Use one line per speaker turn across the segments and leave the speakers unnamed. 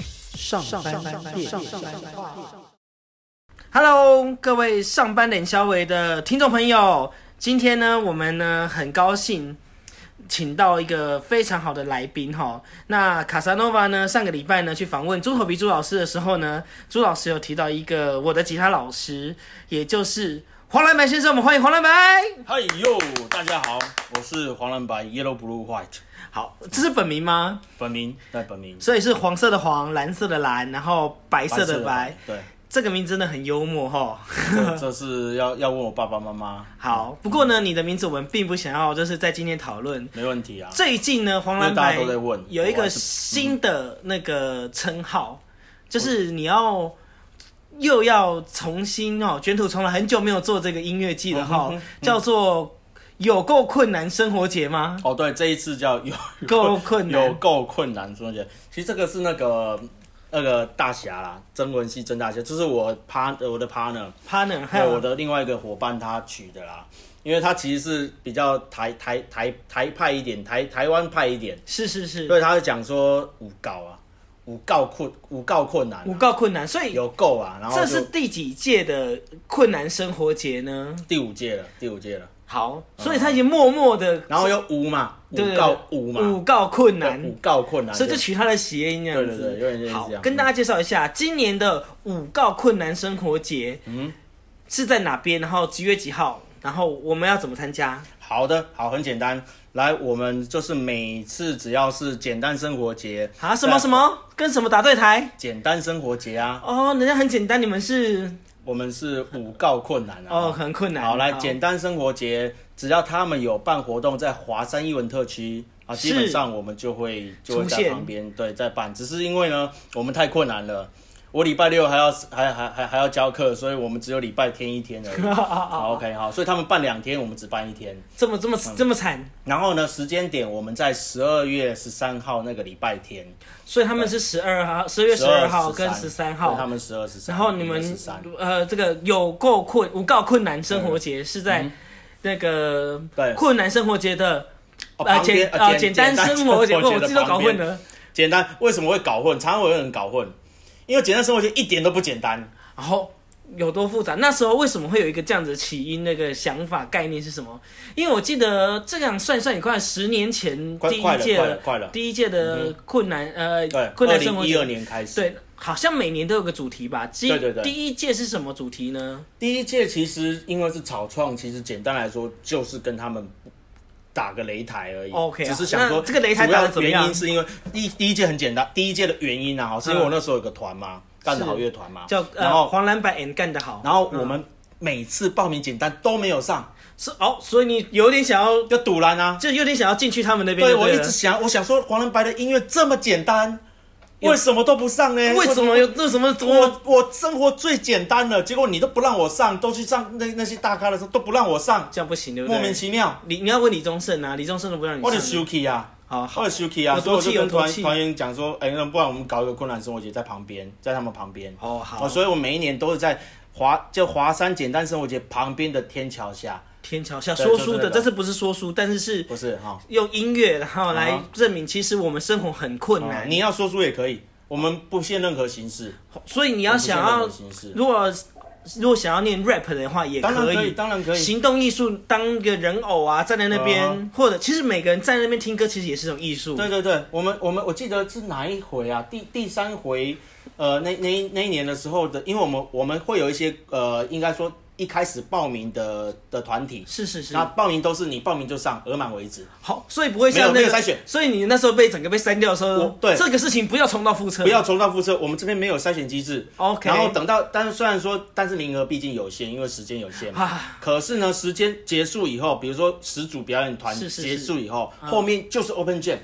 上班变上 Hello，各位上班脸消维的听众朋友，今天呢，我们呢很高兴请到一个非常好的来宾哈。那卡萨诺瓦呢，上个礼拜呢去访问猪头皮猪老师的时候呢，朱老师有提到一个我的吉他老师，也就是黄兰白先生，我们欢迎黄兰白。
嗨哟，大家好，我是黄蓝白 Yellow Blue White，
好，这是本名吗？
本名对本名，
所以是黄色的黄，蓝色的蓝，然后白色的白。，
对，
这个名字真的很幽默哈。
这这是要要问我爸爸妈妈，
好，不过呢，你的名字我们并不想要，就是在今天讨论。
没问题啊。
最近呢，黄蓝
因为大
白
家都在问
有一
我
个
还是嗯
新的那个称号，就是你要又要重新哦，卷土重来，很久没有做这个音乐季了
嗯
哈、叫做有够困难生活节吗？
哦，对，这一次叫有
够困难
有够困难，中间其实这个是那个那个大侠啦，曾文熙曾大侠，这是我 part 我的 partner，
partner 还
还有我
有
的另外一个伙伴他取的啦，因为他其实是比较台台台台派一点，台台湾派一点，
是是是
所以他是讲说五告啊，五告困五告困难啊、
五告困难，所以
有够啊，然后
这
就是
第几届的困难生活节呢？
第五届了，第五届了，
好，所以他已经默默的
嗯然后又五嘛，五
对对对
告五嘛，
五告困
对
难，
五告困难，
所以就取它的谐音这样子。
啊对对对有点类似
好
这，样
跟大家介绍一下今年的五告困难生活节，嗯，是在哪边？然后几月几号？然后我们要怎么参加？
好的，好，很简单。来，我们就是每次只要是简单生活节
啊，什么什么跟什么打对台？
简单生活节啊，
哦，人家很简单，你们是
我们是五告困难啊。
哦很困难。
好，来简单生活节，只要他们有办活动在华山艺文特区啊，基本
是
上我们就会就会
出
在
现
旁边对在办，只是因为呢，我们太困难了。我礼拜六还要还还还还要教课，所以我们只有礼拜天一天而已。 好，OK，好，嗯所以他们办两天，我们只办一天。
这么这么这么惨，
然后呢，时间点我们在十二月十三号那个礼拜天，
所以他们是十二号、十月十二号跟十三
对他
号。
们十二十三，
然后你们
十三，
呃，这个有够困无告困难生活节是在那个
嗯对
困难生活节的
哦
呃
旁边
简呃
简
简单 生活节，
生
不我
的
自己都搞
旁边
混了。
简单为什么会搞混？常常会有人搞混，因为简单生活圈一点都不简单。
然后有多复杂？那时候为什么会有一个这样子的起因？那个想法概念是什么？因为我记得这样算一算也快十年前
快
第
快
一
了
届
快
的
了快了嗯
第一届的困难、
对
呃，困
二
难生
零
活
一二
节
年开始，，
对，好像每年都有个主题吧。第
对对对
第一届是什么主题呢？
第一届其实因为是草创，其实简单来说就是跟他们打个擂台而已。
OK，
只是想
那
说
这个擂台
主
打得
要
怎么样嗯
原因是因为第一第一届很简单，第一届的原因啊，哈，是因为我那时候有个团嘛，干得好乐团嘛，
叫
然
呃
后
黄蓝白 and 干得好。
然后我们每次报名简单都没有上，
是哦，所以你有点想要，
就堵拦啊。
就有点想要进去他们那边
对
就
我
对
一
了。
直想，我想说黄人白的音乐这么简单，
有
为什么都不上呢？
为什么有为什么多
我我生活最简单了，结果你都不让我上，都去上那那些大咖的时候都不让我上，
这样不行，对不对？
莫名其妙，
你你要问李宗盛啊，李宗盛都不让你
我就
上。
生气啊，
好好
我就生气啊，
有
所
多
以我
气
就跟
有多
团
气
团员讲说，哎、那不然我们搞一个困难生活节在旁边，在他们旁边。
哦好，
所以我每一年都是在华就华山简单生活节旁边的天桥下，
天桥下
对
说书的，
就是那个
这次不是说书，但是是
不是哈、
用音乐然后来
啊
证明，其实我们生活很困
啊
难。
你要说书也可以，我们不限任何形式，
所以你要想要
不限任何形式。
如果如果想要念 rap 的话，也
当然
可
可以当然可以
行动艺术当一个人偶啊，站在那边
啊，
或者其实每个人站在那边听歌，其实也是一种艺术。
对对对，我们我们我记得是哪一回啊？第第三回，呃，那那一那一年的时候的，因为我们我们会有一些呃，应该说一开始报名的的团体，
是是是
那，报名都是你报名就上，额满为止。
好，所以不会像那
没有
个
没有筛选
所以你那时候被整个被删掉的时候
我，对
这个事情不要重蹈覆辙，
不要重蹈覆辙，我们这边没有筛选机制。
OK
然后等到，但是虽然说，但是名额毕竟有限，因为时间有限嘛。
啊，
可是呢，时间结束以后，比如说十组表演团
是是是嗯
结束以后，后面就是 open jam。
Open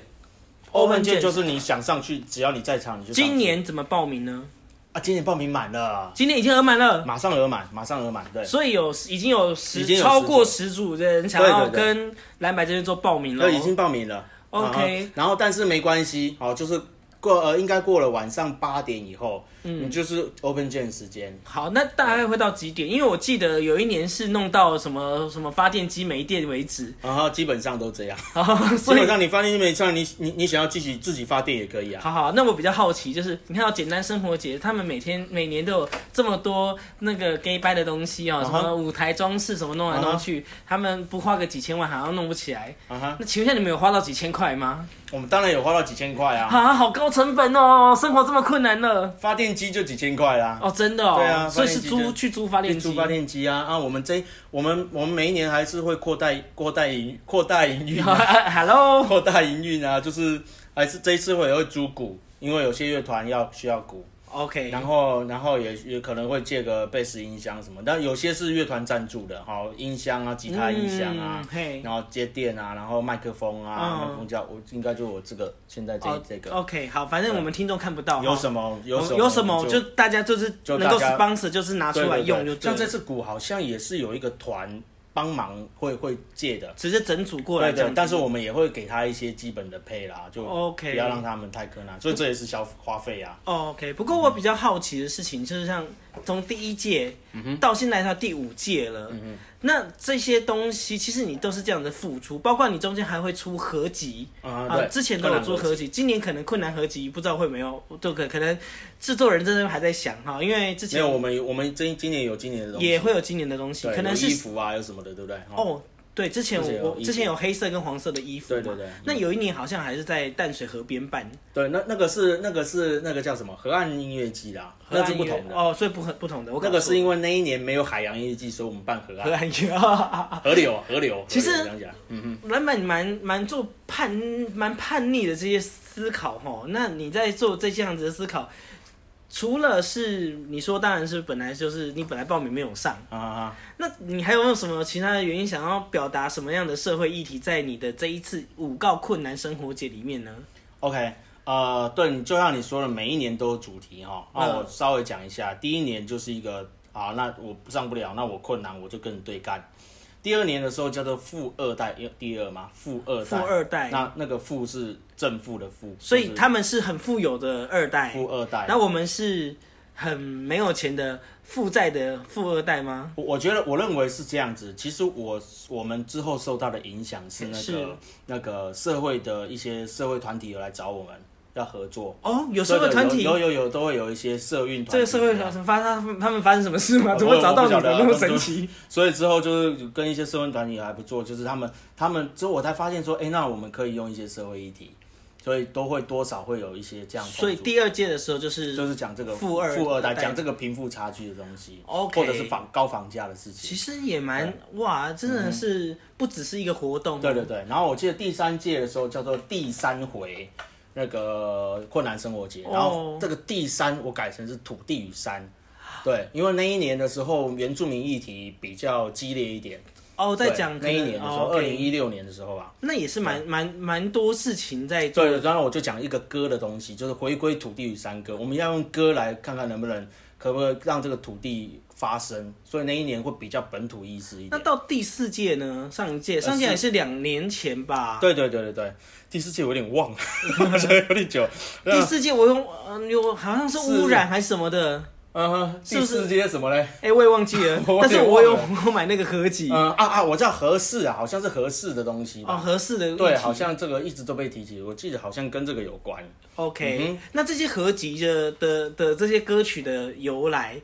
open
jam
jam 就是你想上去，只要你在场，你就上去
今年怎么报名呢？
啊，今年报名满了。
今年已经额满了。
马上额满，马上额满，对，
所以有已经有十
已经有
超过
10
十组的人想
对对
要
对
跟蓝白这边做报名了
那，已经报名了。啊
OK
啊然后但是没关系，好，就是过呃，应该过了晚上八点以后，嗯，就是 open jam 时间。
好，那大概会到几点？因为我记得有一年是弄到什么什么发电机没电为止，
然后啊基本上都这样，
好，
基
啊所以
本上你发电机没上，你你你想要自己自己发电也可以啊。
好好，那我比较好奇，就是你看到简单生活节，他们每天每年都有这么多那个 gay 拜的东西哦，
啊
什
哈
么舞台装饰什么弄来弄去，他们不花个几千万好像弄不起来。
啊哈，
那请问一下，你们有花到几千块吗？
我们当然有花到几千块啊，
啊，好高成本哦，生活这么困难了。
发电机就几千块啦。
哦，真的哦，
对啊
所以是
发电
租
机就
去租发电
电
机
租，发电机啊啊！我们这我们我们每一年还是会扩大扩大营扩大营运 啊、
Hello，
扩大营运啊，就是还是这一次我也会租鼓，因为有些乐团要需要鼓，
OK，
然后然后也也可能会借个贝斯音箱什么，但有些是乐团赞助的，哈、音箱啊、吉他音箱啊
嗯，嘿，
然后接电啊，然后麦克风啊，
嗯
麦克风叫我应该就我这个现在这、
哦
这个
OK，好，反正我们听众看不到，
有
么
什么有
有
什么
什么就大家就是
就
能够
大家
sponsor 就是拿出来
对对对
用就对
像
了
这次鼓好像也是有一个团帮忙会会借的。
直接整组过来
对
这样
的
子，
但是我们也会给他一些基本的配啦，就
OK
不要让他们太困难，所以这也是消花费啊。
哦 OK，不过我比较好奇的事情就是，像从第一届
嗯
到现在它第五届了，那这些东西其实你都是这样的付出，包括你中间还会出合集
啊对
之前都有出
困难
合集，今年可能困难合集不知道会没有，都可可能制作人真的还在想哈，因为之
没
前
有，我们我们今今年有今年的东西，
也会有今年的东西，
对
可能
有衣
是
服啊，有什么的，对不对？哦，
哦。对，之前
之
我
前有
我
衣服
之前有黑色跟黄色的衣服嘛，
对对对
那有一年好像还是在淡水河边办，
对，那那个是那个是那个叫什么河岸音乐季啦，
河
那
岸
是
音
不
乐
同的。
哦，所以不很不同的。我
那
搞
个
错
是因为那一年没有海洋音乐季，所以我们办河
河
岸
岸音乐，
河流啊河流。
其实
河流这样讲，嗯哼，
哦那蛮蛮蛮做叛蛮叛逆的这些思考哈。那你在做这这样子的思考，除了是你说当然是本来就是你本来报名没有上，
啊啊啊
那你还有没有什么其他的原因想要表达什么样的社会议题在你的这一次五告困难生活节里面呢？
，OK，呃，对，你就像你说的，每一年都有主题哈。那
嗯
我稍微讲一下，第一年就是一个啊，那我上不了，那我困难，我就跟你对干。第二年的时候叫做富二代，因为第二嘛，富二代，
富二代
那那个富是正负的富，
所
就
以
是
他们是很富有的二代，
富二代。
那我们是很没有钱的负债的富二代吗？
我我觉得我认为是这样子。其实我我们之后受到的影响是那
是
个那个社会的一些社会团体有来找我们要合作，
哦，有社会团体
有有有有都会有一些社运团体
这个社会发生发生他们发生什么事吗？
我
怎么找到你
我不晓
的
得啊
那么
但是
神奇？
所以之后就是跟一些社会团体还不错，就是他们他们之后我才发现说，哎、那我们可以用一些社会议题，所以都会多少会有一些这样的
所以
碰触
第二届的时候就是，
就是讲这个
富二
富二代，
代
讲这个贫富差距的东西
OK
或者是房高房价的事情。
其实也蛮哇，真的是不只是一个活动，
嗯
哦
对对对，然后我记得第三届的时候叫做第三回那个困难生活节，
哦
然后这个第三我改成是土地与山，对，因为那一年的时候原住民议题比较激烈一点，
哦，在
对
讲可
那
能
一年的时候，
哦
二
，OK
零一六年的时候吧。
那也是蛮蛮蛮多事情在做，
对，然后我就讲一个歌的东西，就是回归土地与山歌，我们要用歌来看看能不能可不可以让这个土地发声，所以那一年会比较本土意识一
那
点。
到第四届呢？上一届，
呃
上一届也是两年前吧。
对对对对对，第四届我有点忘了， 好像有点久。
第四届我用呃，有好像是污染还是什么的，
嗯哼，
是
第
不是
四届什么嘞？。
哎，我也忘记了
我也
但是我有
忘
我买那个合集
嗯啊啊，我知道合适啊，好像是合适的东西
哦，
吧。
合适的
对，
议题
好像这个一直都被提起，我记得好像跟这个有关。
哦
嗯
OK，、那这些合集的的的这些歌曲的由来，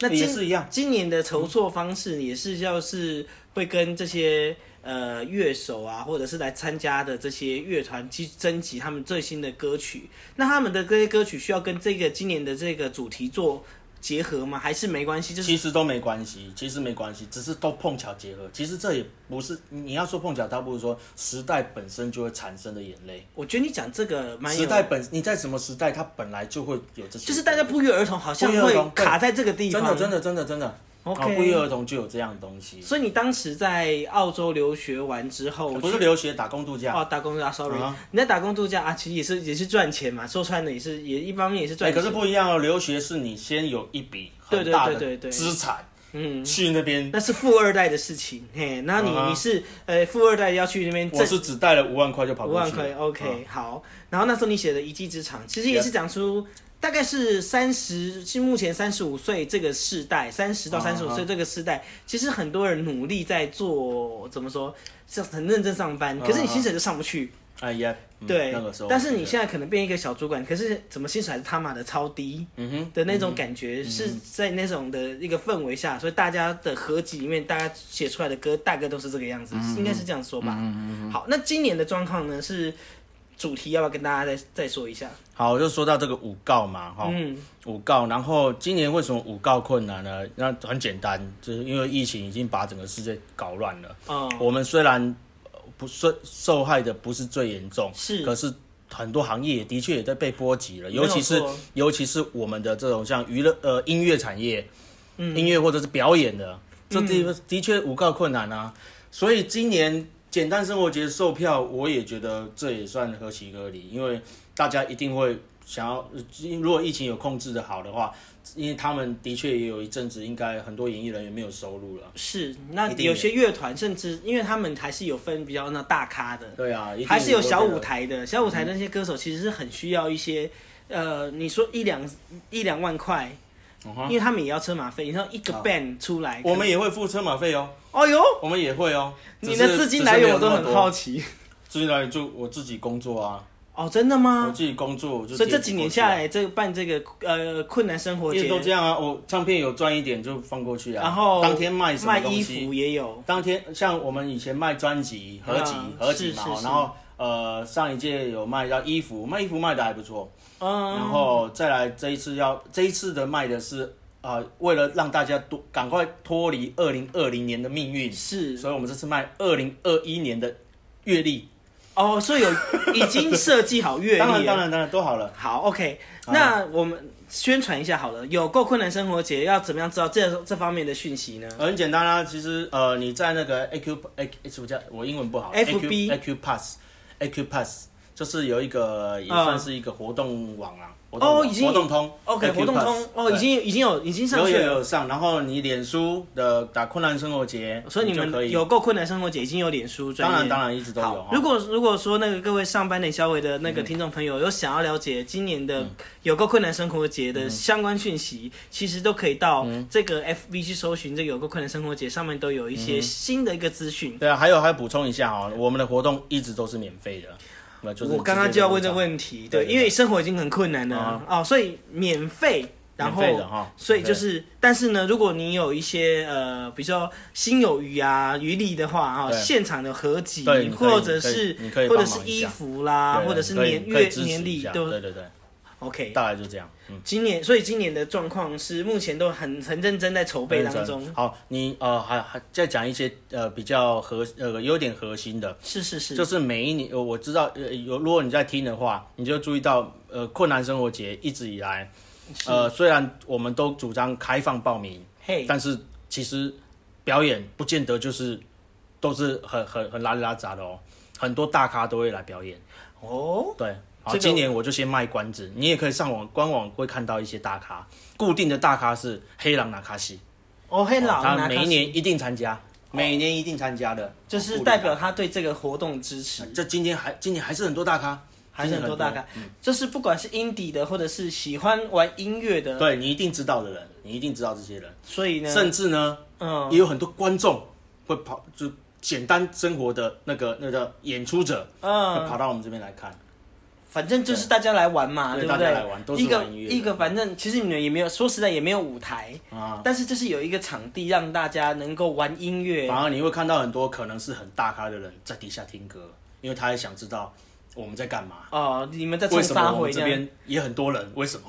那今
也是一样
今年的筹措方式也是要是会跟这些呃乐手啊，或者是来参加的这些乐团去征集他们最新的歌曲。那他们的这些歌曲需要跟这个今年的这个主题做结合吗？还是没关系？就是
其实都没关系，其实没关系，只是都碰巧结合。其实这也不是你要说碰巧，倒不如说时代本身就会产生的眼泪。
我觉得你讲这个蛮有
时，代本你在什么时代，它本来就会有这些。
就是大家不约而同好像
不约而同
会卡在这个地
真
方，
的真的真的真的，
OK
啊不约而同就有这样的东西。
所以你当时在澳洲留学完之后，
不是留学打工度假，
哦，打工度假，sorry，、
啊
你在打工度假啊，其实也是也是赚钱嘛，说穿了也是也一方面也是
对，
赚
哎可
钱，
是不一样哦。留学是你先有一笔
对
很
对
大
对对
的
对
资产，
嗯，
去那边，
那是富二代的事情，嘿，那你、
嗯哼
你是呃富二代要去那边
我
挣
是只带了五万块就跑
五
过
万
去
块
了。
，OK，、
嗯
好。然后那时候你写的《一技之长》，其实也是讲出大概是三十，是目前三十五岁这个世代，三十到
啊
三十五岁这个世代，其实很多人努力在做，怎么说，是很认真上班，可是你薪水就上不去，
哎呀，嗯
对、
那个时候，
但是你
对
现在可能变一个小主管，可是怎么薪水还是他妈的超低。
嗯哼，
的那种感觉是在那种的一个氛围下，所以大家的合集里面，大家写出来的歌大概都是这个样子，
嗯
应该是这样说吧。好，那今年的状况呢是主题，要不要跟大家再再说一下？
好，就说到这个五告嘛，哈、
嗯
五告，然后今年为什么五告困难呢？那很简单，就是因为疫情已经把整个世界搞乱了。
哦，
我们虽然呃不受受害的不是最严重，
是
可是很多行业也的确也在被波及了，
没有
尤其是
错
尤其是我们的这种像娱乐呃音乐产业，
嗯
音乐或者是表演的，这的的确无告困难啊。所以今年简单生活节售票，我也觉得这也算合情合理，因为大家一定会想要，呃如果疫情有控制的好的话，因为他们的确也有一阵子，应该很多演艺人员没有收入了。
是。那
一定
有些乐团甚至因为他们还是有分比较那大咖的，
对啊，一定
还是有
会
小
变得
舞台的，小舞台那些歌手其实是很需要一些，呃，你说一两一两万块，因为他们也要车马费，你说一个 band 出来，
哦我们也会付车马费哦，
哦呦，
我们也会哦。
你的资金来源我都很好
奇。
奇。
资金来源就我自己工作啊，
哦，真的
我
吗？
自己工作，我就
所以这
贴
几
过
年
去
下
啊，
来，这个办这个呃困难生活
因为
节
都，这样啊。我唱片有赚一点就放过去啊，
然后
当天卖什么
卖
东
衣
西，
服也有，
当天像我们以前卖专辑、合集
嗯、
合集嘛
是是，是
然后呃上一届有卖到衣服，卖衣服卖的还不错，
嗯，
然后再来这一次要这一次的卖的是呃为了让大家多赶快脱离二零二零年的命运，
是
所以我们这次卖二零二一年的月历，
哦，所以有已经设计好阅历了。
当然当然当啊然都好了。
好，OK，那我们宣传一下好了。有够困难生活节要怎么样知道这这方面的讯息呢？
很简单啦、其实呃，你在那个 AQ A 什么叫我英文不好
FB
AQ Pass AQ Pass 就是有一个也
嗯
算是一个活动网啊，活动
哦
网
已经
活动通
OK，
AQ
活动
Pass，
通哦，
对
已经已经有已经上
有
线
有
了，
有上，然后你脸书的打困难生活节，
所以你
就可
们
以
有够困难生活节已经有脸书专
当
业，
然当然一直都有哦
好
哈，，
如果如果说那个各位上班的小伟的那个听众朋友有想要了解今年
嗯
的有够困难生活节的相关讯息，其实都可以到
嗯
这个 FB 去搜寻这个有够困难生活节，上面都有一
嗯
些新的一个资讯。
对啊，还有还补充一下哦，我们的活动一直都是免费的，那就是
我刚刚就要问这个问题，
对
对，
对啊
因为生活已经很困难了哦，所以免费，然后
免费的哈
所以就是，但是呢，如果你有一些呃，比如说心有余啊余力的话啊，
对
现场的合集
对你可以
或者是
你可以你可以
或
帮忙
者
一下
是衣服啦，
对
啊或者是
可以
年
可以
月
支持
年
一
历
下
都
对对对，
OK。
大概就这样，嗯。
今年，所以今年的状况是目前都很很认真在筹备当中。
好，你呃还还再讲一些呃比较核呃有点核心的，
是是是，
就是每一年呃我知道呃有如果你在听的话，你就注意到呃困难生活节一直以来，呃虽然我们都主张开放报名，
嘿，
但是其实表演不见得就是都是很很很拉里拉杂的哦，很多大咖都会来表演，
哦，
对。好，
这个
今年我就先卖关子，你也可以上网官网会看到一些大咖，固定的大咖是黑狼纳卡西，
哦嘿，老
他
拿哦
每一年啊一定参加，每年一定参加的，
就是代表他对这个活动支持。
这今天还今年还是很多大咖，
还是很多大咖，
今
就是不管是 indie 的，或者是喜欢玩音乐
年很多，
的，
对你一定知道的人，你一定知道这些人，
所以呢，
甚至呢
嗯，
也有很多观众会跑，就简单生活的那个那个演出者
嗯，
会跑到我们这边来看，
反正就是大家来玩嘛，
对
不
大家来玩都
对？
是
一个
玩音乐的
一个，反正其实你们也没有说实在也没有舞台，
啊，
但是就是有一个场地让大家能够玩音乐
反，而你会看到很多可能是很大咖的人在底下听歌，因为他也想知道我们在干嘛。
哦，你们在冲
为什
杀
么我
回
们这
这样，
边也很多人？为什么？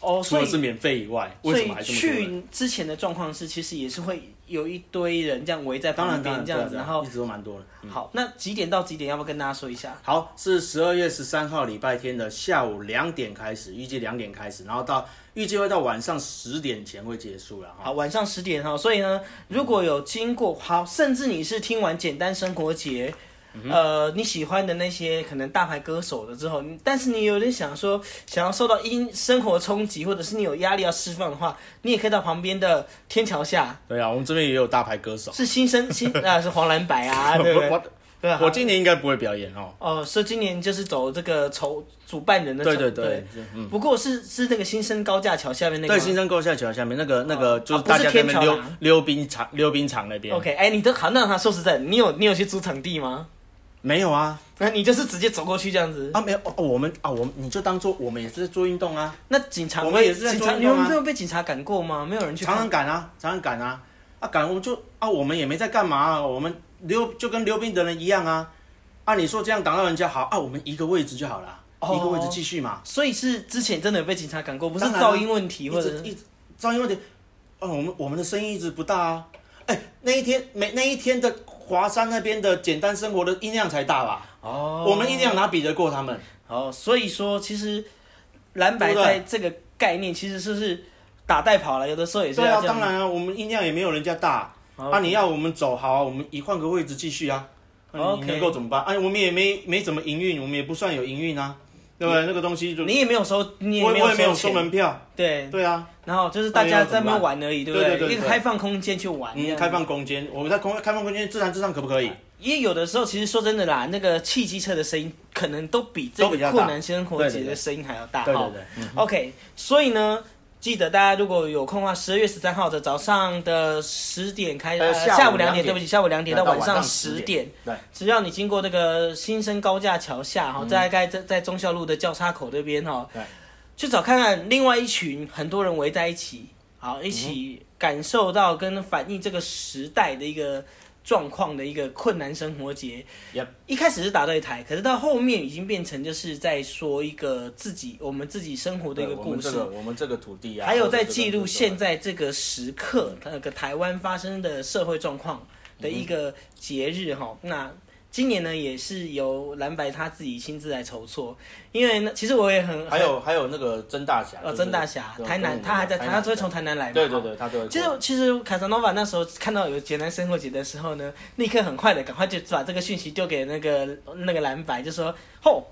哦，
除
所
了
以
是免费以外，为
所
什么还
以
这么多人？
去之前的状况是，其实也是会有一堆人这样围在
当
旁
然，当然
边这样子，
对啊对啊
然后
一直都蛮多人。
好，那几点到几点？要不要跟大家说一下？
好，是十二月十三号礼拜天的下午两点开始，预计两点开始，然后到预计会到晚上十点前会结束了哈。
好，啊晚上十点哈，所以呢，如果有经过好，甚至你是听完简单生活节，
嗯
呃你喜欢的那些可能大牌歌手了之后，你但是你有点想说想要受到音生活冲击，或者是你有压力要释放的话，你也可以到旁边的天桥下，
对啊，我们这边也有大牌歌手。
是新 生新啊是黄蓝白啊，对不对？
我
对啊
我，我今年应该不会表演哦。
哦，所以今年就是走这个筹主办人的
对
走
对对，嗯，
不过是是那个新生高架桥下面那个
对，
吗
新生沟下桥下面那个那个
啊哦
就是
啊不
大
是
家在那
天
边
桥
溜
啦
溜冰场溜冰场那边。
OK，哎、你都好，那他说实在，你有你有去租场地吗？
没有啊
那你就是直接走过去这样子。
啊没有哦，我们啊我们你就当做我们也是在做运动啊，
那警察
我们
会
也是在
警
做
察，
运
你们
动啊
没有被警察赶过吗？没有人去
常
看
常赶啊，常常赶啊，啊赶我们就啊我们也没在干嘛、啊，我们溜就跟溜冰的人一样啊，啊你说这样挡到人家好啊，我们一个位置就好了，
哦
一个位置继续嘛，
所以是之前真的有被警察赶过，不是
当然啊
噪音问题
一
或者
直一直噪音问题，哦我们我们的声音一直不大啊，哎、那一天每那一天的华山那边的简单生活的音量才大吧，
哦
我们音量哪比得过他们？
哦，所以说其实蓝白
对不对
在这个概念其实就是打带跑了，有的时候也是
对啊，
要这
当
样。
然啊，我们音量也没有人家大。
好
啊，你要我们走好啊，我们一换个位置继续啊。啊你
OK
能够怎么办？哎、我们也没没怎么营运，啊我们也不算有营运啊，对不对？那个东西就
你也没有收，你也
我
没
也我也没有
收
收
钱，嗯
门票，
对。
对啊，
然后就是大
那
家
要怎么
在那边
办
玩而已，对不
对对对
一个
对
开放空间去玩，这
嗯，
样
开放空间，我在空开放空间自弹自唱可不可以？
因为有的时候，其实说真的啦，那个汽机车的声音可能都比这
都比
个
较大
困难生活节
对对
的
对
声音还要大
对
哈
对对。
OK，所以呢，记得大家如果有空的话，十二月十三号的早上的十点开，
呃下午
下午
两
点，
点
对不起，下午两点
到
晚
晚上
十
10
点，
对，嗯
只要你经过这个新生高架桥下哈，大概在在中校路的交叉口这边哈
对，
去找看看另外一群很多人围在一起，好一
嗯
起感受到跟反映这个时代的一个状况的一个困难生活节。
Yep
一开始是打对台，可是到后面已经变成就是在说一个自己我们自己生活的一个
对
故事。
我们这个土地啊
还有在记录现
在
在这个时刻，那个台湾发生的社会状况的一个节日哈、那今年呢，也是由蓝白他自己亲自来筹措，因为呢，其实我也很
还有还有那个曾大侠，
呃
就是
曾大侠，
对
台南
跟我们
他还在，
台
他
南
都会从台南来嘛。
对对。对，他都会过。
其实，其实卡萨诺瓦那时候看到有简单生活节的时候呢，立刻很快的赶快就把这个讯息丢给那个那个蓝白，就说：“吼，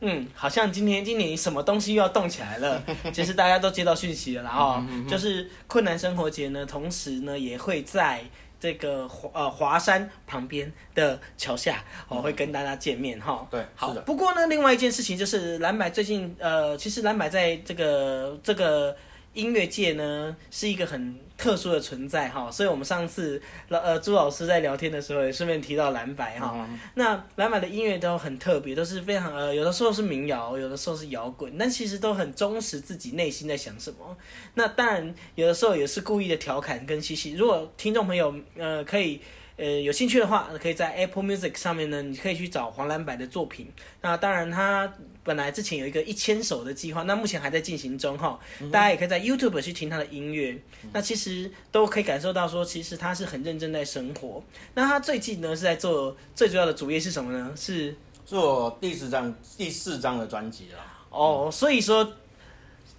嗯，好像今天今年什么东西又要动起来了。”其实大家都接到讯息了啦，然后就是困难生活节呢，同时呢也会在这个华呃华山旁边的桥下，我、哦、会跟大家见面哈。
对
好
是的。
不过呢，另外一件事情就是蓝白最近呃，其实蓝白在这个这个音乐界呢是一个很特殊的存在哈，所以我们上次老呃朱老师在聊天的时候也顺便提到蓝白哈。那蓝白的音乐都很特别，都是非常呃，有的时候是民谣，有的时候是摇滚，但其实都很忠实自己内心在想什么。那当然有的时候也是故意的调侃跟嬉戏。如果听众朋友呃可以呃有兴趣的话，可以在 Apple Music 上面呢，你可以去找黄蓝白的作品。那当然，他本来之前有一个一千首的计划，那目前还在进行中哈。大家也可以在 YouTube 去听他的音乐，那其实都可以感受到说，其实他是很认真在生活。那他最近呢是在做最主要的主业是什么呢？是
是我第四张第四张的专辑了。
哦，所以说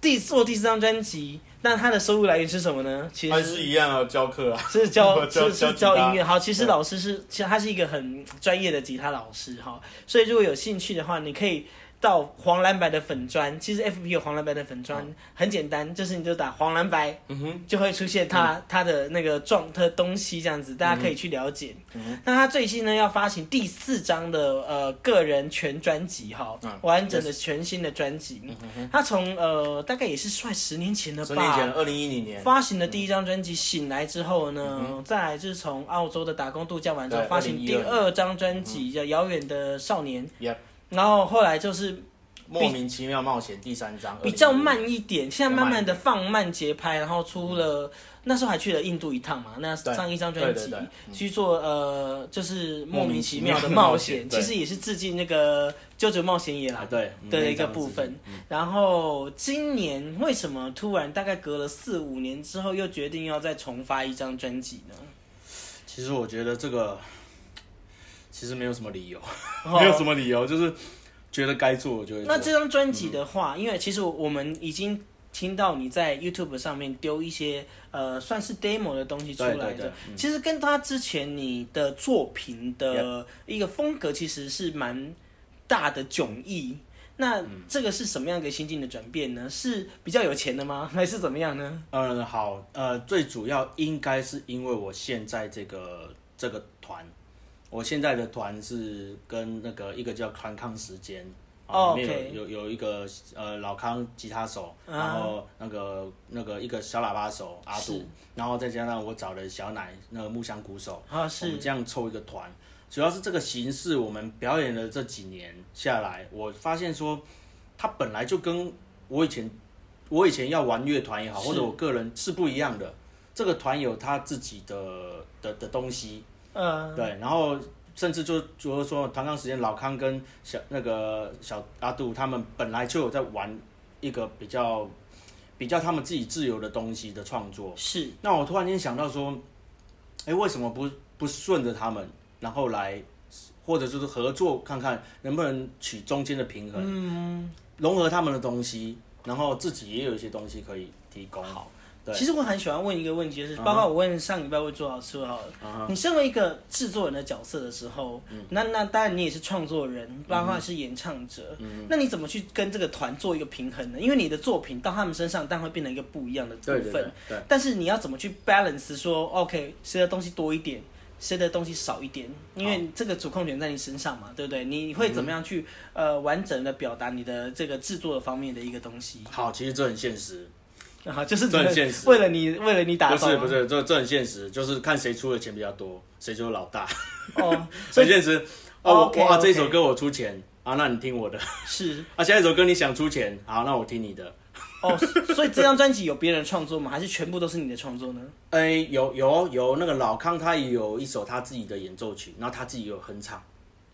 第做第四张专辑，那他的收入来源是什么呢？其
还
实
是一样啊，教课啊，
是教
教
是是
教
教
吉他嗯
音乐。好，其实
对
老师是，其实他是一个很专业的吉他老师哈，所以如果有兴趣的话，你可以。到黄蓝白的粉砖，其实 FB 有黄蓝白的粉砖，很简单，就是你就打黄蓝白，
嗯哼，嗯
就会出现他、他的那个状他的东西这样子，大家可以去了解。
嗯
那他最近呢要发行第四张的呃个人全专辑哈，
嗯
完整的全新的专辑。他从呃大概也是算十年前了吧，
十年前，二零一零年，
发行的第一张专辑《醒来》之后呢，再来就是从澳洲的打工度假完之后
嗯对
发行第
2012
二张专辑叫《遥远的少年》
嗯 Yep 嗯
然后后来就是
莫名其妙冒险第三章，
比较
2010年
慢一点，现在慢慢的放慢节拍，然后出了那时候还去了印度一趟嘛，那
对
上一张专
对
辑
对对
去做呃就是莫名其妙的
莫名其妙的冒
冒险，
险
其
对
实也是致敬那个《九九冒险野狼
啊，》对
的一个部分。
嗯
然后今年为什么突然大概隔了四五年之后又决定要再重发一张专辑呢？
其实我觉得这个其实没有什么理由，
哦
没有什么理由，就是觉得该做我就会做。
那这张专辑的话，因为其实我们已经听到你在 YouTube 上面丢一些呃算是 demo 的东西出来的，
对对对嗯
其实跟他之前你的作品的一个风格其实是蛮大的迥异。那
嗯
这个是什么样一个心境的转变呢？是比较有钱的吗？还是怎么样呢？
嗯，好，呃，最主要应该是因为我现在这个这个团，我现在的团是跟那个一个叫康康时间，啊，
哦
里面
OK
有有有一个呃老康吉他手，
啊
然后那个那个一个小喇叭手阿杜
是，
然后再加上我找了小奶那个木箱鼓手，
啊，
我们
是
这样凑一个团，主要是这个形式，我们表演了这几年下来，我发现说，它本来就跟我以前我以前要玩乐团也好，
是
或者我个人是不一样的。这个团有他自己的的的东西，
呃，
对，然后甚至就就是说，唐康时间老康跟小那个小阿杜他们本来就有在玩一个比较比较他们自己自由的东西的创作，
是
那我突然间想到说，哎，为什么不不顺着他们，然后来，或者就是合作看看能不能取中间的平衡，嗯融合他们的东西，然后自己也有一些东西可以提供。好，对，啊
其实我很喜欢问一个问题，就是包括我问上礼拜问做好吃好了。你身为一个制作人的角色的时候，
嗯
那那当然你也是创作人，包括是演唱者，
嗯
那你怎么去跟这个团做一个平衡呢？因为你的作品到他们身上，当然会变成一个不一样的部分。
对，
但是你要怎么去 balance 说，OK，谁的东西多一点，谁的东西少一点，因为这个主控权在你身上嘛，对不对？你会怎么样去、
嗯
呃完整的表达你的这个制作方面的一个东西？
好，其实这很现实，
啊，就是
这很现实
为了你为了你打
不
造
是不
吗
是，这这很现实，就是看谁出的钱比较多，谁就是老大，
哦，所
很
以
现实。哦，
OK，
我哇，这一
OK
首歌我出钱啊，那你听我的；
是
啊，下一首歌你想出钱，好，那我听你的。
哦，所以这张专辑有别人创作吗？还是全部都是你的创作呢？
哎、有有有，那个老康他也有一首他自己的演奏曲，然后他自己有哼唱，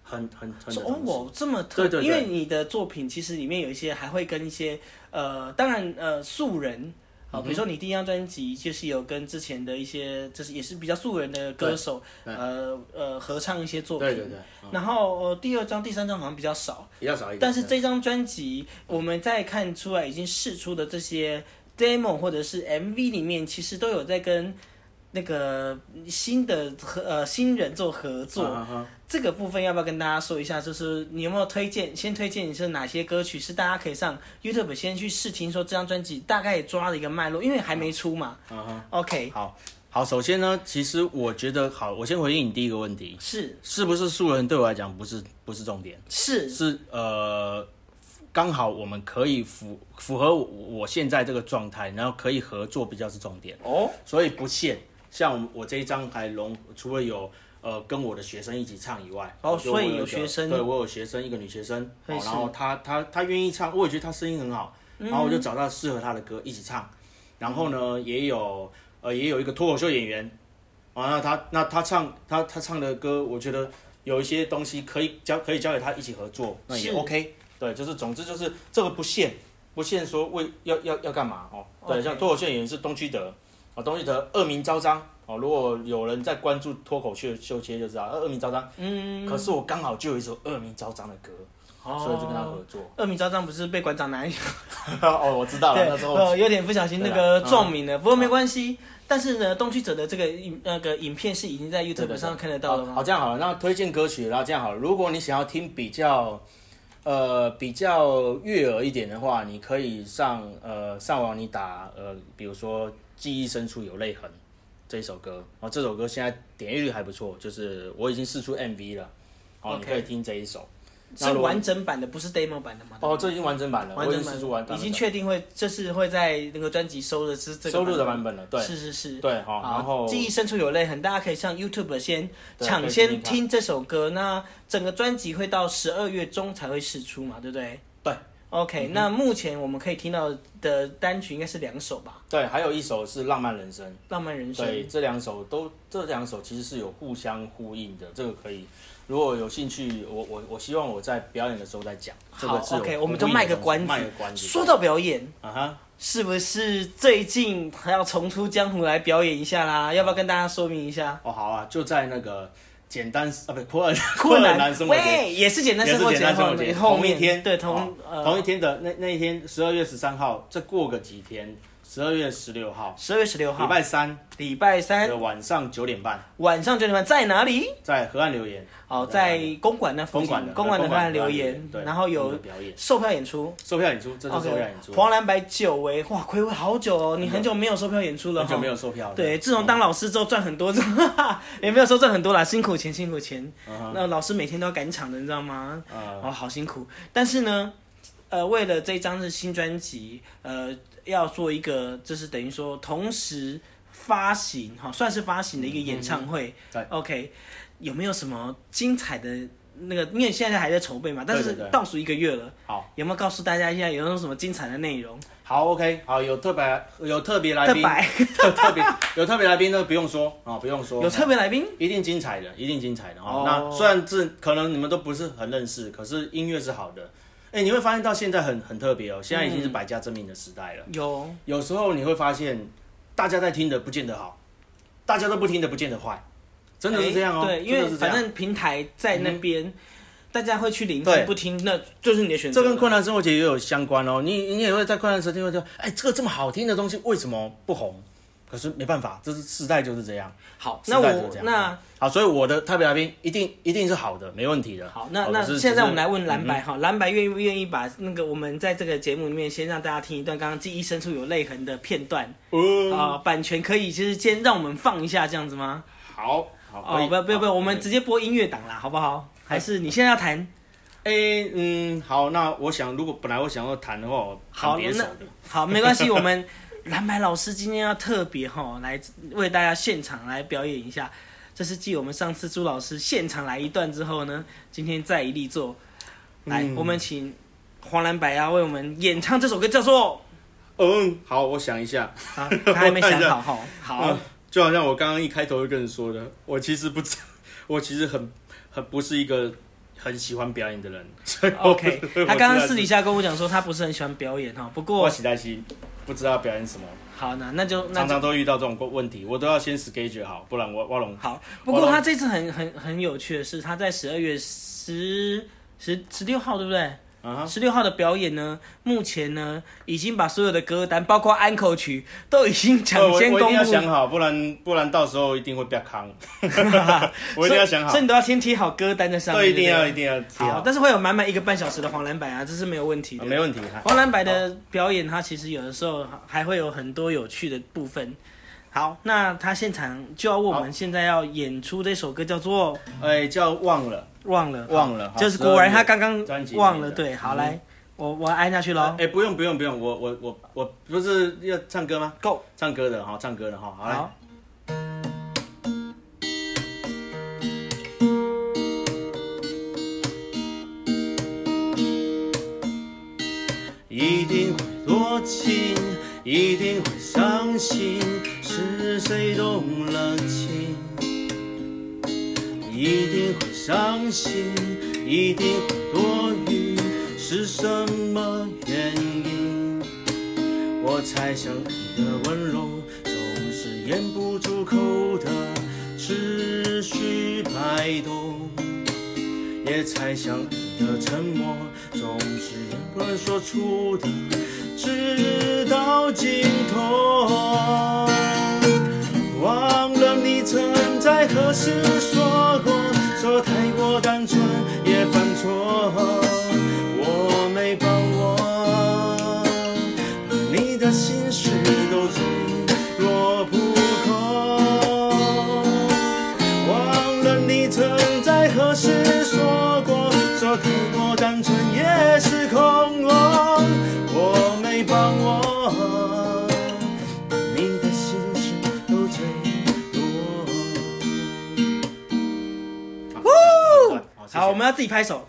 哼哼哼
说
的
哦
东，西。
我这么特，
对对对
因为你的作品其实里面有一些还会跟一些呃，当然呃素人。
嗯
啊，比如说你第一张专辑就是有跟之前的一些，就是也是比较素人的歌手，
对
呃呃合唱一些作品。
对对对，嗯
然后呃第二张、第三张好像比较少，
比较少一点。
但是这张专辑，我们再看出来已经试出的这些 demo 或者是 MV 里面，其实都有在跟那个新的合呃新人做合作。
啊哈
这个部分要不要跟大家说一下？就是你有没有推荐？先推荐你是哪些歌曲是大家可以上 YouTube 先去试听，说这张专辑大概也抓了一个脉络，因为还没出嘛。
啊哈
OK，
好好，首先呢，其实我觉得好，我先回应你第一个问题，
是
是不是素人对我来讲不是不是重点，
是
是呃，刚好我们可以符符合我我现在这个状态，然后可以合作比较是重点。
哦，
所以不限。像我这一张还融，除了有呃跟我的学生一起唱以外，
哦
我就
所以
我一个
有学生
对我有学生一个女学生，哦、
嘿是嗯
然后她她她愿意唱，我也觉得她声音很好，然后我就找到适合她的歌一起唱。然后呢，也有呃也有一个脱口秀演员，啊，那他那他唱他他唱的歌，我觉得有一些东西可以交可以交给他一起合作，那也
是
OK。对，就是总之就是这个不限不限说为要要要干嘛哦。对
OK
像脱口秀演员是东区德哦，东区德恶名昭彰哦。如果有人在关注脱口秀秀切就知道，恶名昭彰。
嗯，哦
可是我刚好就有一首恶名昭彰的歌，所以就跟他合 作。
恶名昭彰不是被馆长拿
哦，我知道了，
对
那时候
呃，有点不小心那个
对啦嗯
撞名了，不过没关系。但是呢，东区者的这个影那个影片是已经在
对对哦
YouTube
对
上看得到了
好
吗？
好，这样好了，那推荐歌曲，然后这样好了，如果你想要听比较，呃，比较悦耳一点的话，你可以上呃上网你打呃，比如说《记忆深处有泪痕》这一首歌，哦，这首歌现在点阅率还不错，就是我已经试出 MV 了，哦
OK
你可以听这一首。那
是
如果
完整版的，不是 demo 版的吗？
哦，这已经完整版了，
完
我已
整
经
版
试出完整
已经
版
确定会，这是会在那个专辑收的是这个
了收录的
版
版本了，对
是是是。
对，好，
好
然后
记忆深处有泪痕，大家可以上 YouTube 先
对
抢
可以
先
听听
听这首歌。那整个专辑会到十二月中才会试出嘛，对不对？
对。嗯
OK，、那目前我们可以听到的单曲应该是两首吧，
对，还有一首是《浪漫人生》。
《浪漫人生》
对，这两首都这两首其实是有互相呼应的，这个可以。如果有兴趣，我我我希望我在表演的时候再讲。这
好
个是有
，OK，
呼应的
我们就卖个
东西
关子
卖个关子。
说到表演，
啊哈，
是不是最近还要重出江湖来表演一下啦？要不要跟大家说明一下？
哦好啊，就在那个简单啊不困
困
困难生活节，
喂，也是简单生活
也是
节
简单生活节
后面
同一天
对同、
哦
呃
同一天的那那一天十二月十三号，再过个几天，十二月十六号，
十二月十六号
礼拜三
礼拜三
的晚上九点半，
晚上九点半在哪里？
在河岸留言。
哦，在公馆那附
公
近
馆的
公馆的
对
河岸留
公
言
馆的，对
然后
我们
有
的表演，
售票演出。
售票演出，这是售票演出
OK，黄蓝白久违，哇，暌违好久哦，你很久没有售票演出了，
很久没
有。
有售票了。哦
对，自从当老师之后赚很多， 也没有说赚很多啦，辛苦钱辛苦钱。
嗯哼
那老师每天都要赶场的，你知道吗？
呃
哦，好辛苦。但是呢，呃，为了这一张是新专辑，呃，要做一个，就是等于说同时发行，哈、算是发行的一个演唱会。
嗯对
OK，有没有什么精彩的那个？因为现在还在筹备嘛，但
对
是
对对
倒数一个月了，
好，
有没有告诉大家一下有没有什么精彩的内容？
好，OK，好，有特别有特别来
特
宾，
白
特 特别有特别来宾呢，不用说啊，不用说，
有特别来宾，
一定精彩的，一定精彩的
哦
哦。那虽然这可能你们都不是很认识，可是音乐是好的。哎、你会发现到现在很很特别哦，现在已经
嗯
是百家争鸣的时代了。
有
有时候你会发现，大家在听的不见得好，大家都不听的不见得坏，真的是这样哦。
哎对，因
真
为
的是这
反
样嗯
正平台在那边，大家会去聆听
对
不听，那就是你的选择
这
了。
跟困难生活节也有相关哦。你你也会在困难时间会说，哎、这个这么好听的东西为什么不红？可是没办法，这是时代就是这样。
好，
时
那
代就是
我
这样嗯
那
好，所以我的特别来宾一定一定是好的，没问题的。
好，那
哦
那
只是嗯
现在我们
只
来
是
问蓝白哈，蓝白愿不愿意把那个我们在这个节目里面先让大家听一段刚刚记忆深处有泪痕的片段
呃
啊、版权可以，就是先让我们放一下这样子吗？
好好可
哦，
以
不不不，
好
我们
可以
直接播音乐档啦，好不好？还是你现在要弹？
哎、嗯好，那我想如果本来我想要弹的话，我弹
好
别首
那
的
好，没关系，我们 蓝白老师今天要特别哈来为大家现场来表演一下。这是继我们上次朱老师现场来一段之后呢，今天再一力做。来，
嗯
我们请黄蓝白啊为我们演唱这首歌，叫做。
嗯好，我想一下，
啊，他还没想好哈。好
嗯，就好像我刚刚一开头就跟你说的，我其实不知， 我其实很很不是一个很喜欢表演的人， 所以我
OK，他刚刚私底下跟我讲说，他不是很喜欢表演哈。不
我
过
实在是不知道表演什么，
好，那那就那
常
就
常都遇到这种问题，我都要先 schedule 好，不然我我龙
好。不过他这次很很很有趣的是，他在十二月十十十六号，对不对？
啊哈，
十六号的表演呢，目前呢已经把所有的歌单，包括安口曲，都已经抢
哦我我
先
一定
公
要
布
想。 好，不然不然到时候一定会被坑，我一定要想好
所以，所以你都要先贴好歌单在上面。
对，一定
对不
要
对
一定要贴
好，
好，
但是会有满满一个半小时的黄蓝版啊，这是没有问题的。
没问题，哈
黄蓝白的表演，它其实有的时候还会有很多有趣的部分。好，那他现场就要问我们现在要演出这首歌叫做
哎叫忘了
忘了，
忘了，哈
就是果然他
12
刚刚
专辑里面
忘了。
的
对，好
嗯
来，我我按下去喽
哎、。不用不用不用，我我我我不是要唱歌吗？
Go，
唱歌的哈，唱歌的哈，好来。
好，
一定会多情，一定会伤心，是谁动了情？一定会伤心，一定会多余，是什么原因？我猜想你的温柔总是掩不住口的持续摆动。也猜想你的沉默总是言不能说出的，直到尽头。忘了你曾在何时说过，说太过单纯也犯错，我没把握，把你的心事都坠落扑空。忘了你曾在何时说过，说太过单纯也是空哦，我没把握，把你的心事都坠落。
好，我们要自己拍手。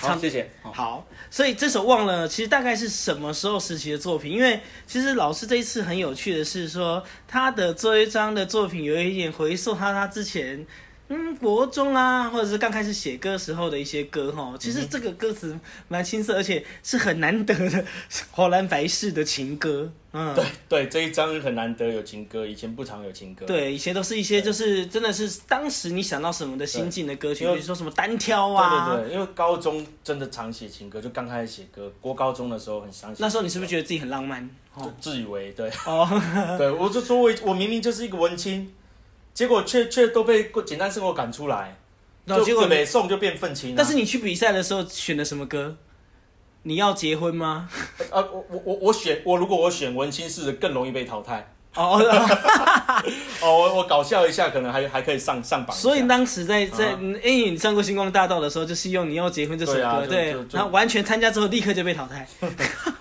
好，谢谢。
好，所以这首忘了，其实大概是什么时候时期的作品？因为其实老师这一次很有趣的是说，他的这一张的作品有一点回溯他他之前嗯，国中啦，或者是刚开始写歌时候的一些歌
嗯
哈，其实这个歌词蛮青涩，而且是很难得的华南白事的情歌。嗯，
对对，这一张很难得有情歌，以前不常有情歌。，
对，以前都是一些就是真的是当时你想到什么的心境的歌曲，
因为
比如说什么单挑啊，
对对对，因为高中真的常写情歌，就刚开始写歌，国高中的时候很常写情歌。
那时候你是不是觉得自己很浪漫？
就
哦，
自以为对？
哦，
对，我就说我我明明就是一个文青，结果却却都被简单生活赶出来，
然啊后结果
就北宋就变愤青啊。
但是你去比赛的时候选的什么歌？你要结婚吗？
呃，我我我我选我如果我选文青式的更容易被淘汰。
哦， 哦
哦，我我搞笑一下，可能还还可以上上榜一下。
所以当时在在
啊
因为你上过星光大道的时候，就是用你要结婚这首
对啊
歌，
就
对
就，就
然后完全参加之后立刻就被淘汰。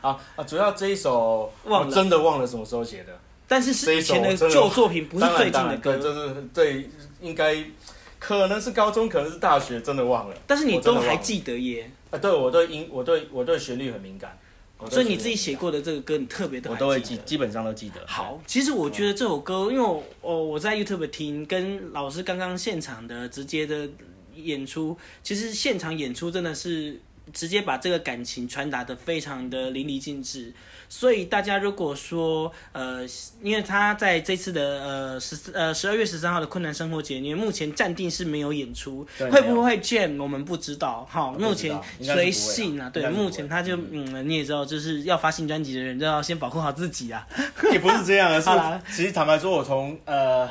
啊啊，主要这一首
忘了
我真的忘了什么时候写的，
但是
这
是
一
以
首
前的
真的
旧作品，不是
当然
最近
当
的
然
歌。
对，这是对，应该可能是高中，可能是大学，真的忘了。
但是你
我真
都
的忘了
还记得耶，
啊，对我对音，我对我对旋律很敏感，我对
所以你
旋律
自己写过的这个歌，你特别都
我
还
都会
记
记，
得。
基本上都记得。
好，其实我觉得这首歌，因为我我我在 YouTube 听，跟老师刚刚现场的直接的演出，其实现场演出真的是直接把这个感情传达的非常的淋漓尽致。所以大家如果说呃，因为他在这次的呃十呃十二月十三号的困难生活节里面，目前暂定是没有演出，
对
会
没
不
有
会 Jam 我们不知道哈。
不知道
目前
应该是不会
随
啦
性啊，
应
对，
该是不
目
会
前他就嗯，你也知道，就是要发新专辑的人都要先保护好自己啊。
也不是这样
好啦
啊，是其实坦白说，我从呃。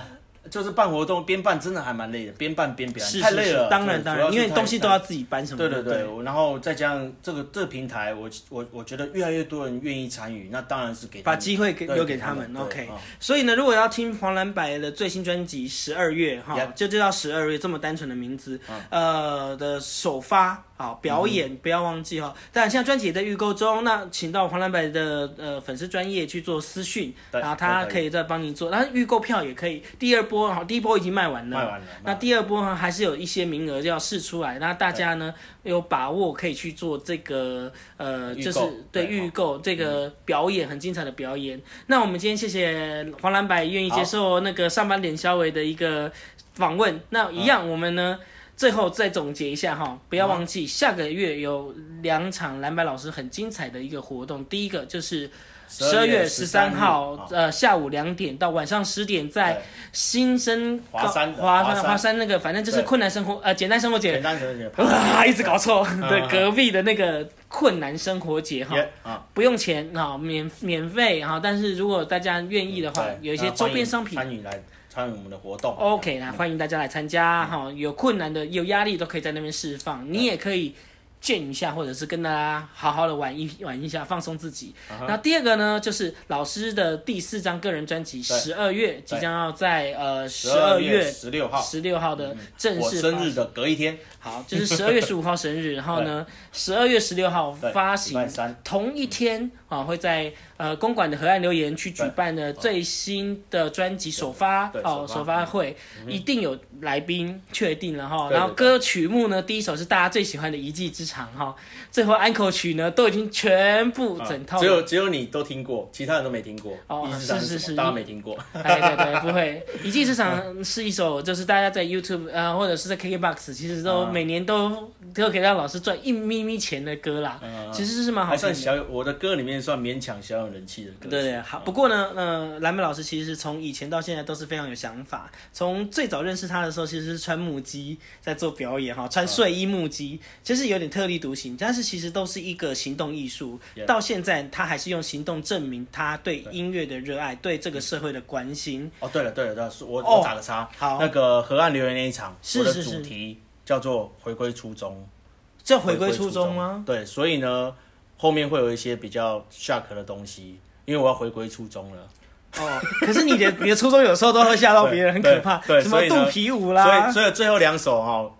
就是办活动边办真的还蛮累的，边办边表演
是
太
是
累
是
了，
当然
对
当
主要
然，
是
因为
太
东西都要自己搬什么
对
的。
对对，我然后再加上这个这个平台，我我我觉得越来越多人愿意参与，那当然是给他
把
们
机会给
对
留给他们
对
OK
嗯
所以呢，如果要听黄蓝白的最新专辑《十二月》哈，
Yep 嗯
就就叫十二月这么单纯的名字，呃的首发好表演不要忘记哈。当然，现在专辑也在预购中，那请到黄蓝白的呃粉丝专业去做私讯，
对
然后他
都可
可
以
以再帮你做，然后预购票也可以。第二波好，第一波已经卖完了，
卖完了
那第二波呢，还是有一些名额要试出来，那大家呢有把握可以去做这个呃，
预
就是
购
对
对哦嗯
预购这个表演很精彩的表演。那我们今天谢谢黄蓝白愿意接受那个上班脸肖维的一个访问。那一样，我们呢最后再总结一下哈，不
啊
要忘记下个月有两场蓝白老师很精彩的一个活动，第一个就是。十二
12
月
月
十
13
三
日
号
好，
呃，下午两点到晚上十点，在
对
新生
华山的
华
华
山
山
华山那个，反正就是
对
困难生活，呃，简单生活节
简，单的解
啊，一直搞错，对
嗯，
隔壁的那个困难生活节哈，
也啊，
不用钱啊，免免费哈，但是如果大家愿意的话
嗯对，
有一些
那
周
欢
边
迎
商品。
参与来参与我们的活动。嗯
OK 啦，欢迎大家来参加哈、有困难的、有压力都可以在那边释
嗯
放，你也可以见一下，或者是跟大家好好的玩一玩一下，放松自己。
嗯
那第二个呢，就是老师的第四张个人专辑，
对
十二月即将要在呃十
12
二
月
月
十六号，嗯
十六号的正
我
式
生日
发
的隔一天，
好，就是十二月十五号生日，然后 呢，十二月十六号
对
发行
礼拜三
同一天啊，会在呃公馆的河岸留言区举办的最新的专辑首发
嗯对
哦
首发嗯
首发会，一定有来宾确定了哈。
对对
然后歌曲目呢，第一首是大家最喜欢的《一技之长》哈，最后安口曲呢都已经全部整套
嗯只
了
有只有你都听过，其他人都没听过。
哦
一日三
是
什么
是是
大家没听过。
哎，对对，不会。一技之长是一首，就是大家在 YouTube 呃，或者是在 KKBox，其实都
嗯
每年都都可以让老师赚一咪咪钱的歌啦，
嗯
其实是蛮好
还
听
算
的。
小嗯有，我的歌里面算勉强小有人气的歌曲。
对对，好。不过呢，呃，蓝莓老师其实是从以前到现在都是非常有想法。从最早认识他的时候，其实是穿木屐在做表演
嗯
哈，穿睡衣木屐，其实有点特立独行，但是其实都是一个行动艺术。到现在，他还是用行动证明他对音乐的热爱，对这
嗯
个社会的关心。
哦，对了对了对了，是我、
哦
我打个叉。
好
那个河岸留言那一场，
是
我的
是是
主题叫做回归初衷。
这回归初衷吗？？
对，所以呢，后面会有一些比较 shock 的东西，因为我要回归初衷了。
哦，可是你的你的初衷有时候都会吓到别人，很
对
可怕。
对
什
所
么
以呢
肚皮舞啦，
所以所以最后两首哈、哦，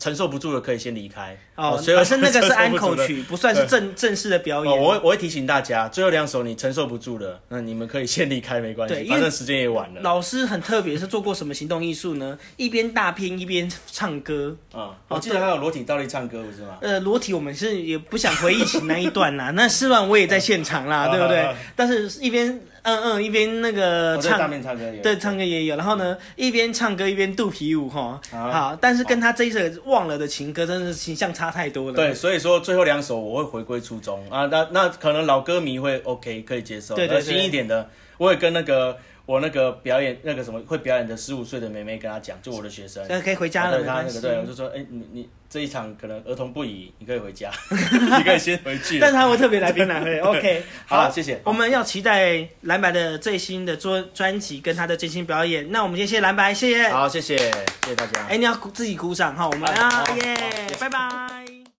承受不住的可以先离开。
哦，
所以
反正那个是安
承受
口
不住的。
曲，不算是正正式的表
哦，我会
演。
我会提醒大家，最后两首你承受不住了，那你们可以先离开，没关
对
系，
因为
反正时间也晚了。
老师很特别，是做过什么行动艺术呢？一边大片一边唱歌。
嗯，我记得还有裸体倒立唱歌，不是吗？
呃，裸体我们 是也不想回忆起那一段啦，那是然我也在现场啦，对不对
嗯啊？
但是一边嗯嗯，一边那
我
个
在哦大
唱，
面唱歌也有
对，唱歌也有，然后呢，一边唱歌一边肚皮舞哈。
啊
好，但是跟他这一首《忘了》的情歌，真的是形象差太多了。
对，所以说最后两首我会回归初衷啊，那那可能老歌迷会 OK 可以接受，
对对
那新
对
一点的，我也跟那个我那个表演那个什么会表演的十五岁的妹妹跟她讲，就我的学生，
呃，可以回家
啊
了，
对
没
她
关
那个
系。
对，我就说，哎、你你这一场可能儿童不宜，你可以回 家，你可以先回去了。
但是他会特别来宾来 会，OK，
好了，谢谢。
我们要期待蓝白的最新的专专辑跟他的最新表演。那我们先谢谢蓝白，谢谢。哎
好，谢谢，谢谢大家。
哎、你要鼓自己鼓掌哈，我们
好
啊
好好
耶
好谢谢，
拜拜。